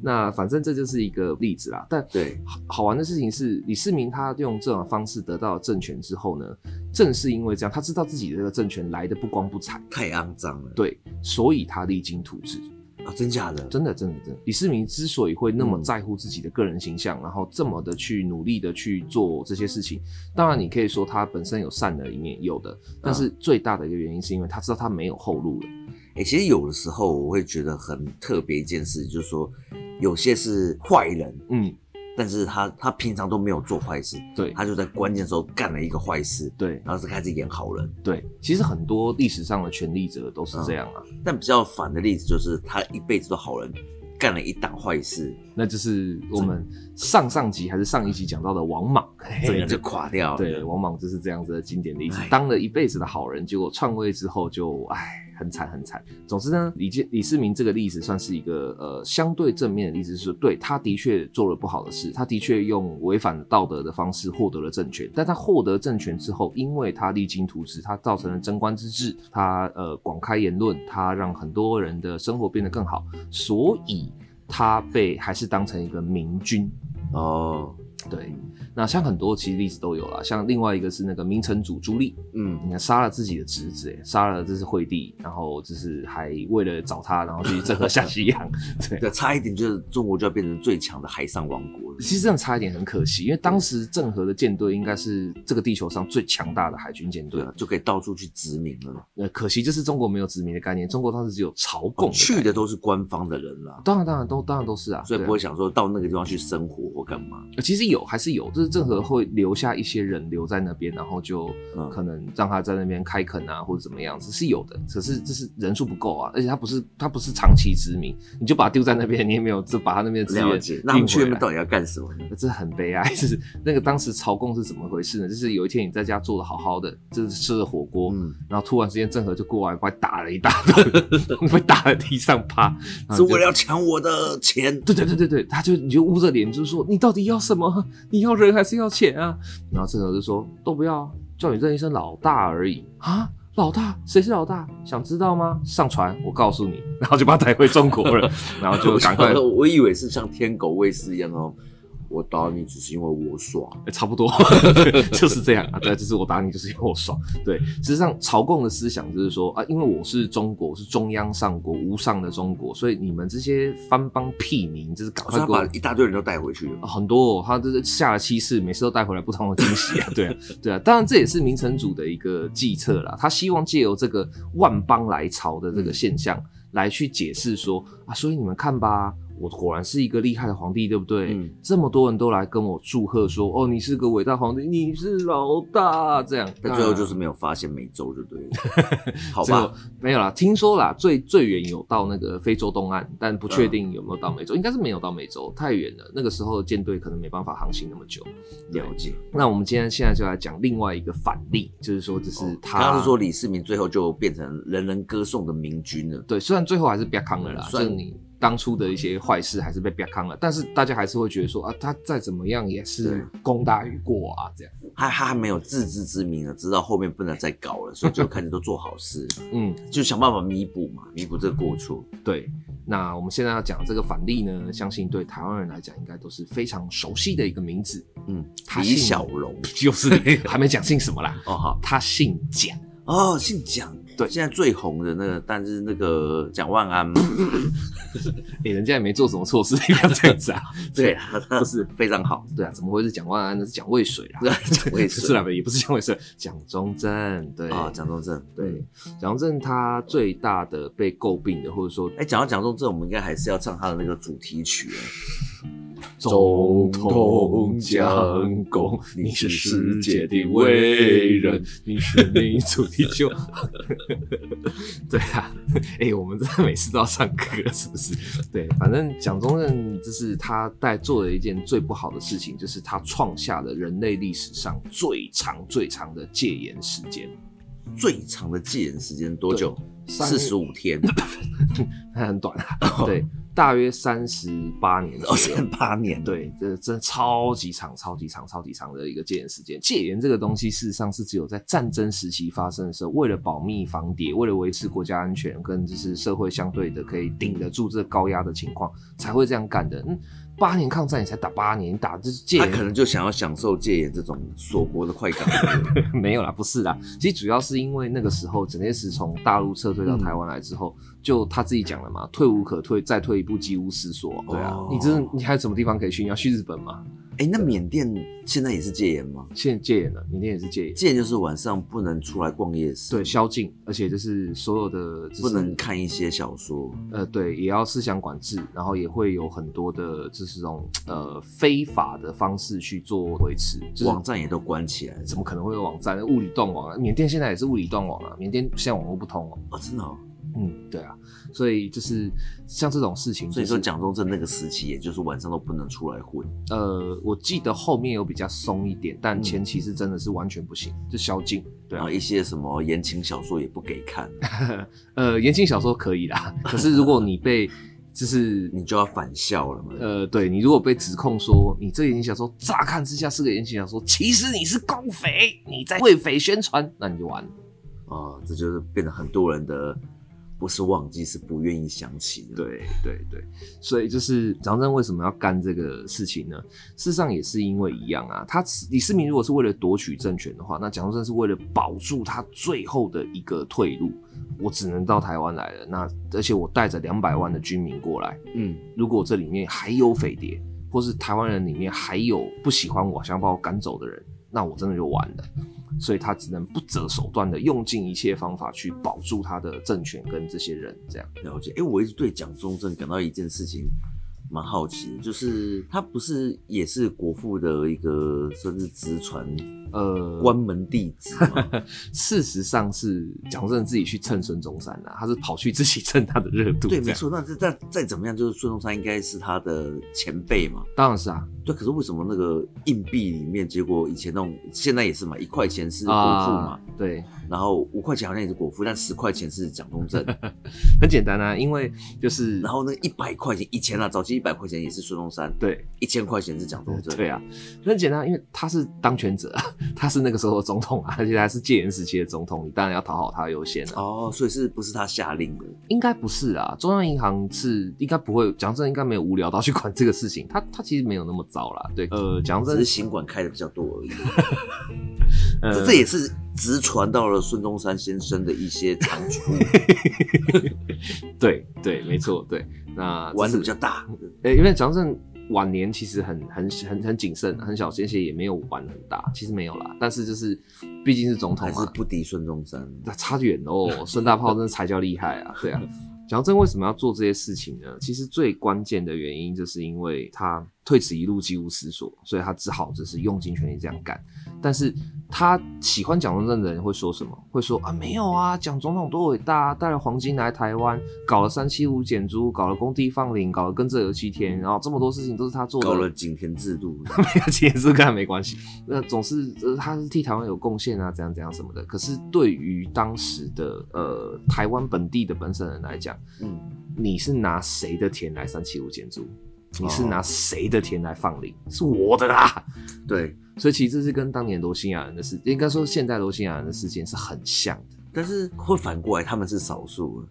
Speaker 2: 那反正这就是一个例子啦。但
Speaker 1: 对
Speaker 2: 好好玩的事情是，李世民他用这种方式得到政权之后呢，正是因为这样，他知道自己的这个政权来的不光不彩。
Speaker 1: 太肮脏了，
Speaker 2: 对，所以他励精图治，
Speaker 1: 啊，真假的？
Speaker 2: 真的，真的，真的。李世民之所以会那么在乎自己的个人形象，然后这么的去努力的去做这些事情，当然你可以说他本身有善的一面，有的，但是最大的一个原因是因为他知道他没有后路了。
Speaker 1: 哎、其实有的时候我会觉得很特别一件事，就是说有些是坏人，
Speaker 2: 嗯，
Speaker 1: 但是他他平常都没有做坏事，
Speaker 2: 对，
Speaker 1: 他就在关键时候干了一个坏事，
Speaker 2: 对，
Speaker 1: 然后是开始演好人。
Speaker 2: 对。其实很多历史上的权力者都是这样啊，
Speaker 1: 但比较反的例子就是他一辈子都好人，干了一档坏事，
Speaker 2: 那就是我们上上集还是上一集讲到的王莽，
Speaker 1: 整个人就垮掉了。
Speaker 2: 对，王莽就是这样子的经典例子
Speaker 1: 嗯哎，
Speaker 2: 当了一辈子的好人，结果篡位之后就唉，很惨很惨。总之呢，李建李世民这个例子算是一个呃相对正面的例子，是说对他的确做了不好的事，他的确用违反道德的方式获得了政权，但他获得政权之后，因为他励精图治，他造成了贞观之治，他呃广开言论，他让很多人的生活变得更好，所以他被还是当成一个明君。
Speaker 1: 哦，
Speaker 2: 对，那像很多其实例子都有啦，像另外一个是那个明成祖朱棣，
Speaker 1: 嗯，
Speaker 2: 你看杀了自己的侄子、欸，杀了这是惠帝，然后就是还为了找他，然后去郑和下西洋， 对。
Speaker 1: 对，差一点就是中国就要变成最强的海上王国了。
Speaker 2: 其实这样差一点很可惜，因为当时郑和的舰队应该是这个地球上最强大的海军舰队
Speaker 1: 对。啊，就可以到处去殖民了。
Speaker 2: 呃，可惜就是中国没有殖民的概念，中国当时只有朝贡
Speaker 1: 哦
Speaker 2: 的概
Speaker 1: 去
Speaker 2: 念
Speaker 1: 的都是官方的人啦，
Speaker 2: 当然当然都当然都是啊，
Speaker 1: 所以
Speaker 2: 对啊
Speaker 1: 不会想说到那个地方去生活或干嘛。
Speaker 2: 呃其实有还是有，就是郑和会留下一些人留在那边，然后就
Speaker 1: 嗯
Speaker 2: 可能让他在那边开垦啊，或者怎么样子是有的。可是这是人数不够啊，而且他不是他不是长期殖民，你就把他丢在那边，你也没有就把他那边的资源
Speaker 1: 了解，那他们去那
Speaker 2: 运回
Speaker 1: 边
Speaker 2: 来
Speaker 1: 到底要干什么呢？
Speaker 2: 这很悲哀，就是那个当时朝贡是怎么回事呢？就是有一天你在家做的好好的，就是吃了火锅，
Speaker 1: 嗯，
Speaker 2: 然后突然之间郑和就过来把你打了一大顿， 被打在地上趴，然后
Speaker 1: 是
Speaker 2: 就
Speaker 1: 为了要抢我的 钱。
Speaker 2: 对对对对对，他就你就捂着脸，就是说你到底要什么？ 你要人还是要钱啊？然后郑和就说都不要，叫你认一声老大而已啊。老大，谁是老大？想知道吗？上船，我告诉你。 然后就把他带回中国 了，然后就赶快
Speaker 1: 我想，说我以为是像天狗卫士一样哦，我打你只是因为我爽。
Speaker 2: 欸差 不多 就是这样啊。对，就是我打你，就是因为我爽。对，事实上朝贡的思想就是说啊，因为我是中国，我是中央上国无上的中国，所以你们这些藩邦屁民，就是赶
Speaker 1: 我说
Speaker 2: 快
Speaker 1: 他
Speaker 2: 给我
Speaker 1: 把一大堆人都带回去了。
Speaker 2: 很多、哦，他就是下了七次，每次都带回来不同的惊喜啊，对啊，对啊，当然这也是明成祖的一个计策啦，他希望借由这个万邦来朝的
Speaker 1: 嗯
Speaker 2: 这个现象来去解释说啊，所以你们看吧，我果然是一个厉害的皇帝，对不对？
Speaker 1: 嗯
Speaker 2: 这么多人都来跟我祝贺说，哦，你是个伟大皇帝，你是老大，这样，
Speaker 1: 但最后就是没有发现美洲，就对 了。好
Speaker 2: 这个
Speaker 1: 吧，
Speaker 2: 没有啦，听说啦，最最远有到那个非洲东岸，但不
Speaker 1: 嗯
Speaker 2: 确定有没有到美洲，应该是没有到美洲，太远了。那个时候舰队可能没办法航行那么久。对
Speaker 1: 了解。
Speaker 2: 那我们今天现在就来讲另外一个反例，就是说，就是
Speaker 1: 哦
Speaker 2: 他，
Speaker 1: 刚刚是说李世民最后就变成人人歌颂的明君了。
Speaker 2: 对，虽然最后还是被康了啦，
Speaker 1: 嗯
Speaker 2: 就
Speaker 1: 算
Speaker 2: 是你当初的一些坏事还是被被康了，但是大家还是会觉得说啊，他再怎么样也是功大于过啊，这样。
Speaker 1: 他他还没有自知之明呢，知道后面不能再搞了，所以就开始都做好事，
Speaker 2: 嗯，
Speaker 1: 就想办法弥补嘛，弥补这个过错。
Speaker 2: 对。那我们现在要讲这个反例呢，相信对台湾人来讲应该都是非常熟悉的一个名字，
Speaker 1: 嗯，
Speaker 2: 他
Speaker 1: 李
Speaker 2: 姓
Speaker 1: 小龙
Speaker 2: 就是还没讲姓什么啦，
Speaker 1: 哦好
Speaker 2: 他姓蒋，
Speaker 1: 哦，姓蒋，对，现在最红的那个，但是那个蒋万安，
Speaker 2: 嗯哎、人家也没做什么错事，你不要这样 子啊。
Speaker 1: 对，啊，
Speaker 2: 不
Speaker 1: 他
Speaker 2: 是，
Speaker 1: 非常好，
Speaker 2: 对啊，怎么会是蒋万安呢？是蒋渭水 啦。
Speaker 1: 对蒋渭水
Speaker 2: 是啦，也不是蒋渭水，蒋中正。对嗯
Speaker 1: 啊，蒋中正，
Speaker 2: 对，蒋中正他最大的被诟病的，或者说
Speaker 1: 哎，讲到蒋中正，我们应该还是要唱他的那个主题曲，哎
Speaker 2: 总统将功，你是世界的伟人，你是民族的救。 对啊，哎、我们真的每次都要唱歌，是不是？对，反正蒋中正就是他在做了一件最不好的事情，就是他创下了人类历史上最长最长的戒严时间。
Speaker 1: 最长的戒严时间多久？
Speaker 2: 三
Speaker 1: 四十五天，
Speaker 2: 那 很短啊，对，大约三十八年
Speaker 1: 哦，
Speaker 2: 左右
Speaker 1: 三八年，，
Speaker 2: 对，这真的超级长、超级长、超级长的一个戒严时间。戒严这个东西，事实上是只有在战争时期发生的时候，为了保密防谍，为了维持国家安全跟就是社会相对的可以顶得住这高压的情况，才会这样干的。嗯，八年抗战你才打八年，你打就是戒
Speaker 1: 他
Speaker 2: 严
Speaker 1: 可能就想要享受戒严这种锁国的 快感，
Speaker 2: 没有啦，不是啦，
Speaker 1: 嗯
Speaker 2: 其实主要是因为那个时候蒋介石从大陆撤退到台湾来之后，就他自己讲了嘛，退无可退，再退一步几乎失所。对啊，
Speaker 1: 哦
Speaker 2: 你真的你还有什么地方可以去？你要去日本吗？
Speaker 1: 哎，那缅甸现在也是戒严吗？
Speaker 2: 现在戒严了，明天也是戒严。
Speaker 1: 戒严就是晚上不能出来逛夜市，
Speaker 2: 对，宵禁，而且就是所有的、就是、
Speaker 1: 不能看一些小说，
Speaker 2: 呃，对，也要思想管制，然后也会有很多的，就是这种呃非法的方式去做维持，就是
Speaker 1: 网站也都关起来了，
Speaker 2: 怎么可能会有网站？物理断网啊，缅甸现在也是物理断网啊，缅甸现在网络不通哦、
Speaker 1: 哦，真的、哦。
Speaker 2: 嗯，对啊，所以就是像这种事情、
Speaker 1: 所
Speaker 2: 就
Speaker 1: 以
Speaker 2: 是，
Speaker 1: 说蒋中正那个时期，也就是晚上都不能出来混。
Speaker 2: 呃，我记得后面有比较松一点，但
Speaker 1: 嗯
Speaker 2: 前期是真的是完全不行，就宵禁。对
Speaker 1: 然
Speaker 2: 啊
Speaker 1: 后，一些什么言情小说也不给 看，
Speaker 2: 呃，言情小说可以啦， 可是如果你被就是
Speaker 1: 你就要返校了嘛。
Speaker 2: 呃，对你如果被指控说你这个言情小说，乍看之下是个言情小说，其实你是共匪，你在为匪宣传，那你就完了。
Speaker 1: 哦，这就是变得很多人的不是忘记，是不愿意想起的。，
Speaker 2: 对对对，所以就是蒋正为什么要干这个事情呢？事实上也是因为一样啊，他李世民如果是为了夺取政权的话，那蒋中正是为了保住他最后的一个退路，我只能到台湾来了。那而且我带着两百万的军民过来，
Speaker 1: 嗯，
Speaker 2: 如果这里面还有匪谍，或是台湾人里面还有不喜欢我、想把我赶走的人，那我真的就完了。所以他只能不择手段的用尽一切方法去保住他的政权跟这些人，这样。
Speaker 1: 了解。哎、我一直对蒋中正感到一件事情蛮好奇的，就是他不是也是国父的一个算是直传
Speaker 2: 呃，
Speaker 1: 关门弟子 吗？
Speaker 2: 事实上是蒋中正自己去蹭孙中山啊啦、他是跑去自己蹭他的热度。
Speaker 1: 对，
Speaker 2: 这
Speaker 1: 没
Speaker 2: 样。
Speaker 1: 错。那这再再怎么样，就是孙中山应该是他的前辈嘛。
Speaker 2: 当然是啊，
Speaker 1: 对，可是为什么那个硬币里面，结果以前那种现在也是嘛，一块钱是国父嘛，
Speaker 2: 啊，对，
Speaker 1: 然后五块钱好像也是国父，但十块钱是蒋中 正，
Speaker 2: 很简单啊，因为就是
Speaker 1: 然后那一百块钱以前啊，早期一百块钱也是孙中山，
Speaker 2: 对
Speaker 1: 一千块钱是蒋中正，
Speaker 2: 对啊，很简单，因为他是当权者啊， 他是那个时候的总统啊，而且他是戒严时期的总统，你当然要讨好他优先啊。
Speaker 1: 哦，所以是不是他下令的？
Speaker 2: 应该不是啊，中央银行是应该不会，蒋正应该没有无聊到去管这个事情，他他其实没有那么糟啦。对，呃，蒋
Speaker 1: 只
Speaker 2: 正
Speaker 1: 是行管开的比较多而已，
Speaker 2: 嗯呃
Speaker 1: 这这也是直传到了孙中山先生的一些长处，
Speaker 2: 呃对对，没错，对，那
Speaker 1: 玩的
Speaker 2: 的
Speaker 1: 比较大，
Speaker 2: 诶，因为蒋正晚年其实很很很很谨慎，很小心，而且也没有玩很大，其实没有啦。但是就是毕竟是总统
Speaker 1: 还
Speaker 2: 嘛
Speaker 1: 是，不敌孙中山。
Speaker 2: 那差远哦，孙大炮真的才叫厉害啊！对啊，蒋正为什么要做这些事情呢？其实最关键的原因就是因为他退此一路几无思索，所以他只好就是用尽全力这样干。但是他喜欢蒋中正的人会说什么？会说啊，没有啊，蒋总统多伟大、啊，带了黄金来台湾，搞了三七五减租，搞了工地放领，搞了跟这有七天，然后这么多事情都是他做的，
Speaker 1: 搞了井田制度，
Speaker 2: 其实跟他没关系。那总是呃，他是替台湾有贡献啊，怎样怎样什么的。可是对于当时的呃台湾本地的本省人来讲，
Speaker 1: 嗯，
Speaker 2: 你是拿谁的田来三七五减租？你是
Speaker 1: 哦
Speaker 2: 拿谁的田来放领？是我的啦。
Speaker 1: 对，
Speaker 2: 所以其实这是跟当年罗兴亚人的事，应该说现代罗兴亚人的事件是很像的。
Speaker 1: 但是会反过来，他们是少数，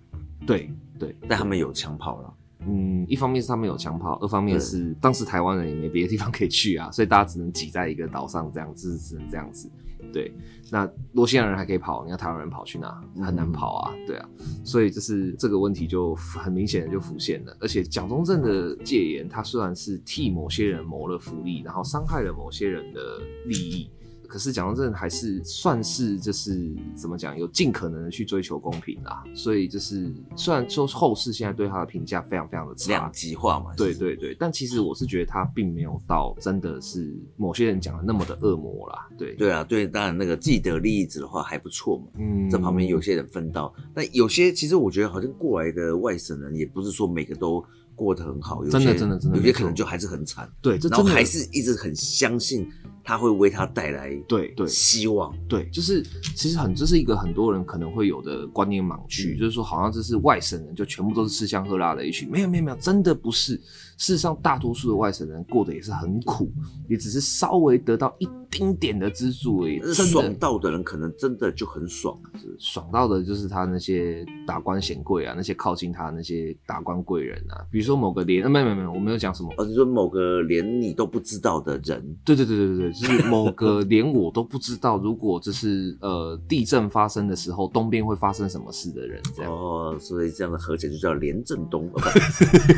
Speaker 2: 对对，
Speaker 1: 但他们有枪炮了。
Speaker 2: 嗯，一方面是他们有枪炮，二方面
Speaker 1: 对
Speaker 2: 是当时台湾人也没别的地方可以去啊，所以大家只能挤在一个岛上这样子，只能这样子。对，那罗西亚人还可以跑，你看台湾人跑去哪？很难跑啊，对啊，所以就是这个问题就很明显的就浮现了。而且蒋中正的戒严，他虽然是替某些人谋了福利，然后伤害了某些人的利益，可是蒋中正还是算是就是怎么讲，有尽可能的去追求公平啦。所以就是虽然说后世现在对他的评价非常非常的差
Speaker 1: 两，极化嘛，
Speaker 2: 啊对对对，但其实我是觉得他并没有到真的是某些人讲的那么的恶魔啦。对，
Speaker 1: 对啊，对，当然那个既得利益者的话还不错嘛，
Speaker 2: 嗯
Speaker 1: 在旁边有些人分到，但有些其实我觉得好像过来的外省人也不是说每个都过得很好，有些
Speaker 2: 真的真的真的
Speaker 1: 有些
Speaker 2: 没错
Speaker 1: 可能就还是很惨，
Speaker 2: 对，这
Speaker 1: 然后
Speaker 2: 真的
Speaker 1: 还是一直很相信他会为他带来
Speaker 2: 对对
Speaker 1: 希望，
Speaker 2: 对，就是其实很这是一个很多人可能会有的观念盲
Speaker 1: 嗯
Speaker 2: 区，就是说好像这是外省人就全部都是吃香喝辣的一群，没有没有没有，真的不是。事实上，大多数的外省人过得也是很苦，也只是稍微得到一丁点的资助而已，真
Speaker 1: 呃爽
Speaker 2: 的
Speaker 1: 到的人可能真的就很爽，啊
Speaker 2: 爽到的就是他那些达官显贵啊，那些靠近他的那些达官贵人啊，比如说某个连，呃没有没有没有，我没有讲什么。
Speaker 1: 而是说某个连你都不知道的人，
Speaker 2: 对对对对对对，就是 某个连我都不知道，如果这是呃地震发生的时候，东边会发生什么事的人，这样。
Speaker 1: 哦，所以这样的合起来就叫廉政东， 哦不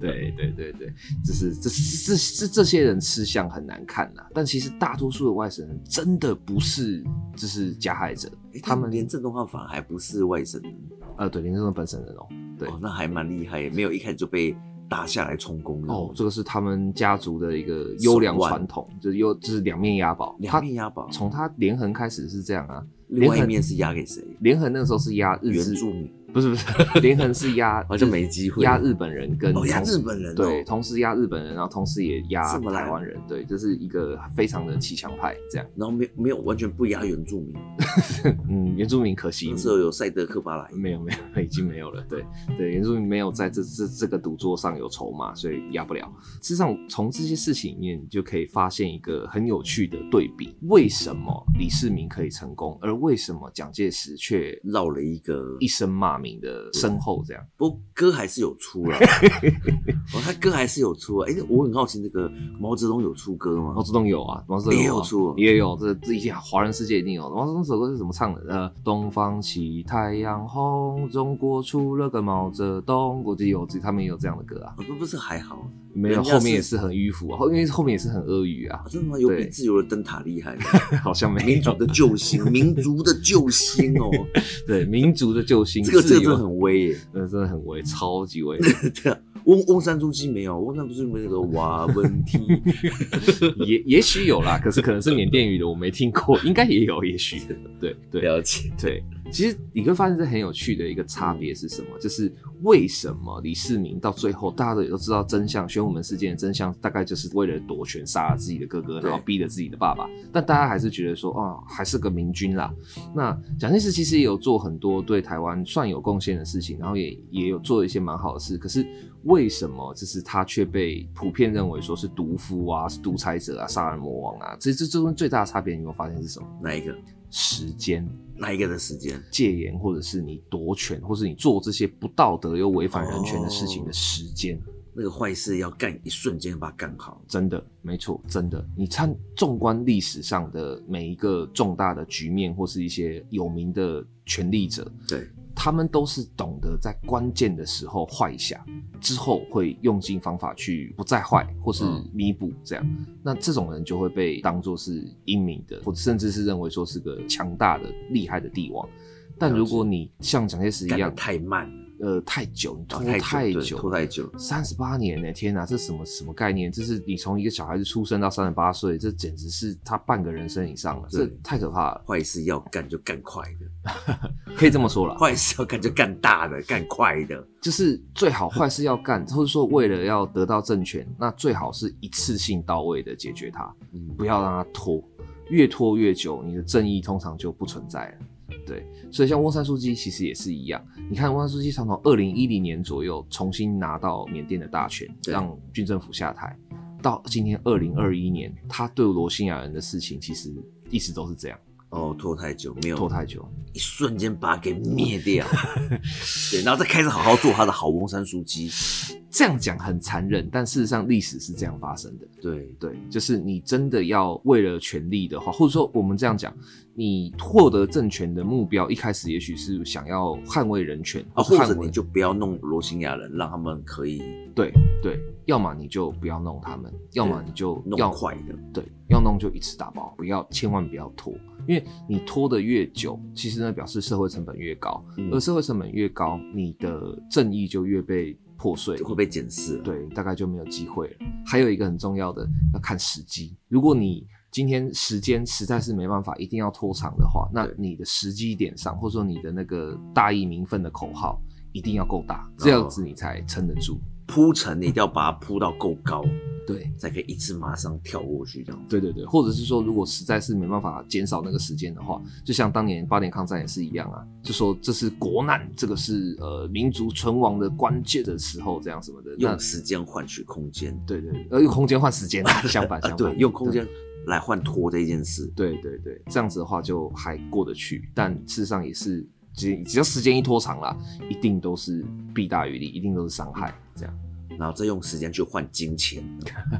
Speaker 2: 对
Speaker 1: 嗯
Speaker 2: 对对对，就是这这这这些人吃相很难看呐、但其实大多数的外省人真的不是就是加害者，
Speaker 1: 诶
Speaker 2: 他们
Speaker 1: 廉政东话反而还不是外省人，
Speaker 2: 呃对林正中本省人哦。对
Speaker 1: 哦，那还蛮厉害耶，没有一开始就被打下来充公
Speaker 2: 哦，这个是他们家族的一个优良
Speaker 1: 手腕
Speaker 2: 传统，就是优就是两面押宝，
Speaker 1: 两面押宝
Speaker 2: 他从他连横开始是这样啊，
Speaker 1: 另
Speaker 2: 连
Speaker 1: 外一
Speaker 2: 横
Speaker 1: 面是押给谁？
Speaker 2: 连横那个时候是押日
Speaker 1: 原
Speaker 2: 治
Speaker 1: 住民，
Speaker 2: 不是 不是，连横是压，
Speaker 1: 好像没机会
Speaker 2: 压日本人跟
Speaker 1: 哦，押
Speaker 2: 同
Speaker 1: 日本人、哦，
Speaker 2: 对，同时压日本人，然后同时也压
Speaker 1: 这么烂
Speaker 2: 台湾人，对，这是一个非常的骑墙派这样。
Speaker 1: 然后没有没有完全不押原住民，
Speaker 2: 嗯，原住民可惜
Speaker 1: 那时候有赛德克巴莱，
Speaker 2: 没有没有 已经没有了，对对，原住民没有在这这这个赌桌上有筹码，所以压不了。事实上，从这些事情里面，你就可以发现一个很有趣的对比：为什么李世民可以成功，而为什么蒋介石却
Speaker 1: 绕了一个
Speaker 2: 一，声骂名的身后这样？
Speaker 1: 不过歌还是有出 了，哦，他歌还是有出啊，哎、我很好奇那个毛泽东有出歌吗？
Speaker 2: 毛泽东有啊，毛泽东
Speaker 1: 也有
Speaker 2: 啊
Speaker 1: 出哦
Speaker 2: 也有，这这一定啊华人世界一定有。毛泽东这首歌是怎么唱的？呃，东方起太阳红，中国出了个毛泽东，我就有这他们也有这样的歌啊。
Speaker 1: 哦不不是还好啊，
Speaker 2: 没有，
Speaker 1: 人家
Speaker 2: 后面
Speaker 1: 是
Speaker 2: 也是很迂腐啊，后因为后面也是很阿谀 啊
Speaker 1: 啊，真的吗？有比
Speaker 2: 对
Speaker 1: 自由的灯塔厉害吗？
Speaker 2: 好像 没
Speaker 1: 民族
Speaker 2: 有。
Speaker 1: 的救 星，民族的救星哦，
Speaker 2: 对，民族的救星，
Speaker 1: 这个这
Speaker 2: 自
Speaker 1: 个真
Speaker 2: 由啊
Speaker 1: 的很威耶。
Speaker 2: 呃真的很威，超级威，
Speaker 1: 对啊，翁翁山珠玑没有，翁山不是没有那个瓦温 梯，
Speaker 2: 也也许有啦，可是可能是缅甸语的，我没听过，应该也有，也许对对，
Speaker 1: 了解。
Speaker 2: 对，其实你会发现这很有趣的一个差别是什么？就是为什么李世民到最后，大家都也都知道真相，玄武门事件的真相，大概就是为了夺权杀了自己的哥哥，
Speaker 1: 对
Speaker 2: 然后逼了自己的爸爸，但大家还是觉得说，哦，还是个明君啦。那蒋介石其实也有做很多对台湾算有贡献的事情，然后也也有做一些蛮好的事，可是为什么就是他却被普遍认为说是毒夫啊、是独裁者啊、杀人魔王啊？这这中间最大的差别，你有没有发现是什么？
Speaker 1: 哪一个？
Speaker 2: 时间。
Speaker 1: 哪一个的时间？
Speaker 2: 戒严，或者是你夺权，或是你做这些不道德又违反人权的事
Speaker 1: 哦
Speaker 2: 情的时间，
Speaker 1: 那个坏事要干一瞬间把它干好。
Speaker 2: 真的没错，真的。你看纵观历史上的每一个重大的局面，或是一些有名的权力者，
Speaker 1: 对，
Speaker 2: 他们都是懂得在关键的时候坏一下，之后会用尽方法去不再坏，或是
Speaker 1: 嗯
Speaker 2: 弥补这样。那这种人就会被当作是英明的，或者甚至是认为说是个强大的、厉害的帝王。但
Speaker 1: 了解
Speaker 2: 如果你像蒋介石一
Speaker 1: 干得
Speaker 2: 样，
Speaker 1: 太慢了，
Speaker 2: 呃太久，你拖
Speaker 1: 啊太久对
Speaker 2: 久，
Speaker 1: 拖太久
Speaker 2: 三十八年呢、天哪，这什么什么概念？这是你从一个小孩子出生到三十八岁，这简直是他半个人生以上了，这
Speaker 1: 对
Speaker 2: 太可怕了，
Speaker 1: 坏事要干就干快的，
Speaker 2: 可以这么说了。
Speaker 1: 坏事要干就干大的，干快的。
Speaker 2: 就是最好坏事要干，或者说为了要得到政权，那最好是一次性到位的解决它，
Speaker 1: 嗯，
Speaker 2: 不要让它拖，越拖越久，你的正义通常就不存在了。对，所以像翁山书记其实也是一样。你看翁山书记常从二零一零年左右重新拿到缅甸的大权，
Speaker 1: 对
Speaker 2: 让军政府下台，到今天二零二一年，他对罗兴亚人的事情其实一直都是这样。
Speaker 1: 哦，拖太久，没有
Speaker 2: 拖太久。
Speaker 1: 一瞬间把它给灭 掉，对，然后再开始好好做他的好翁山书记，
Speaker 2: 这样讲很残忍，但事实上历史是这样发生的。
Speaker 1: 对，
Speaker 2: 对，就是你真的要为了权力的话，或者说我们这样讲，你获得政权的目标一开始也许是想要捍卫人权，
Speaker 1: 啊，
Speaker 2: 是
Speaker 1: 或者
Speaker 2: 捍卫
Speaker 1: 你就不要弄罗兴亚人，让他们可以
Speaker 2: 对对，要么你就不要弄他们，要么你就
Speaker 1: 弄
Speaker 2: 要
Speaker 1: 快的，
Speaker 2: 对，要弄就一次打包，不要千万不要拖，因为你拖得越久，其实呢表示社会成本越高，
Speaker 1: 嗯
Speaker 2: 而社会成本越高，你的正义就越被破碎，
Speaker 1: 就会被检视了。
Speaker 2: 对，大概就没有机会了。还有一个很重要的，要看时机。如果你今天时间实在是没办法，一定要拖长的话，那
Speaker 1: 对
Speaker 2: 你的时机点上，或者说你的那个大义名分的口号，一定要够大，
Speaker 1: 哦
Speaker 2: 这样子你才撑得住。
Speaker 1: 铺陈你一定要把它铺到够高，
Speaker 2: 对，
Speaker 1: 才可以一次马上跳过去这样子。
Speaker 2: 对对对，或者是说，如果实在是没办法减少那个时间的话，就像当年八年抗战也是一样啊，就说这是国难，这个是呃民族存亡的关键的时候，这样什么的。那
Speaker 1: 用时间换取空间，
Speaker 2: 对对，对呃，用空间换时间啊，相反
Speaker 1: 啊，
Speaker 2: 相 反，
Speaker 1: 对，用空间来换拖这一件事，
Speaker 2: 对对对，这样子的话就还过得去，但事实上也是，只只要时间一拖长了，一定都是弊大于利，一定都是伤害。这样
Speaker 1: 然后再用时间去换金钱，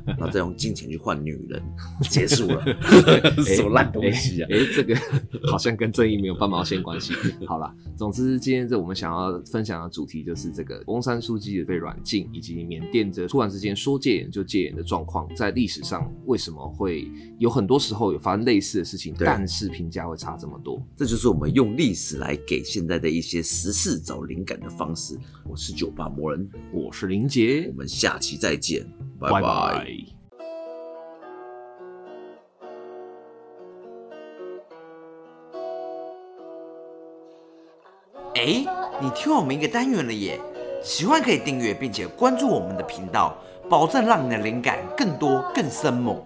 Speaker 1: 然后再用金钱去换女人，结束 了，哎什么烂东西啊！
Speaker 2: 哎、诶这个 好像跟正义没有半毛线关系。好啦，总之今天这我们想要分享的主题就是这个翁山书记的被软禁，以及缅甸这突然之间说戒严就戒严的状况，在历史上为什么会有很多时候有发生类似的事情，
Speaker 1: 对
Speaker 2: 但是评价会差这么多。
Speaker 1: 这就是我们用历史来给现在的一些时事找灵感的方式。我是酒吧魔人，
Speaker 2: 我是林杰
Speaker 1: 我，们下期再见，拜
Speaker 2: 拜
Speaker 1: 拜
Speaker 2: 拜
Speaker 4: 哎，你听我们一个单元了耶！喜欢可以订阅并且关注我们的频道，保证让你的灵感更多更生猛。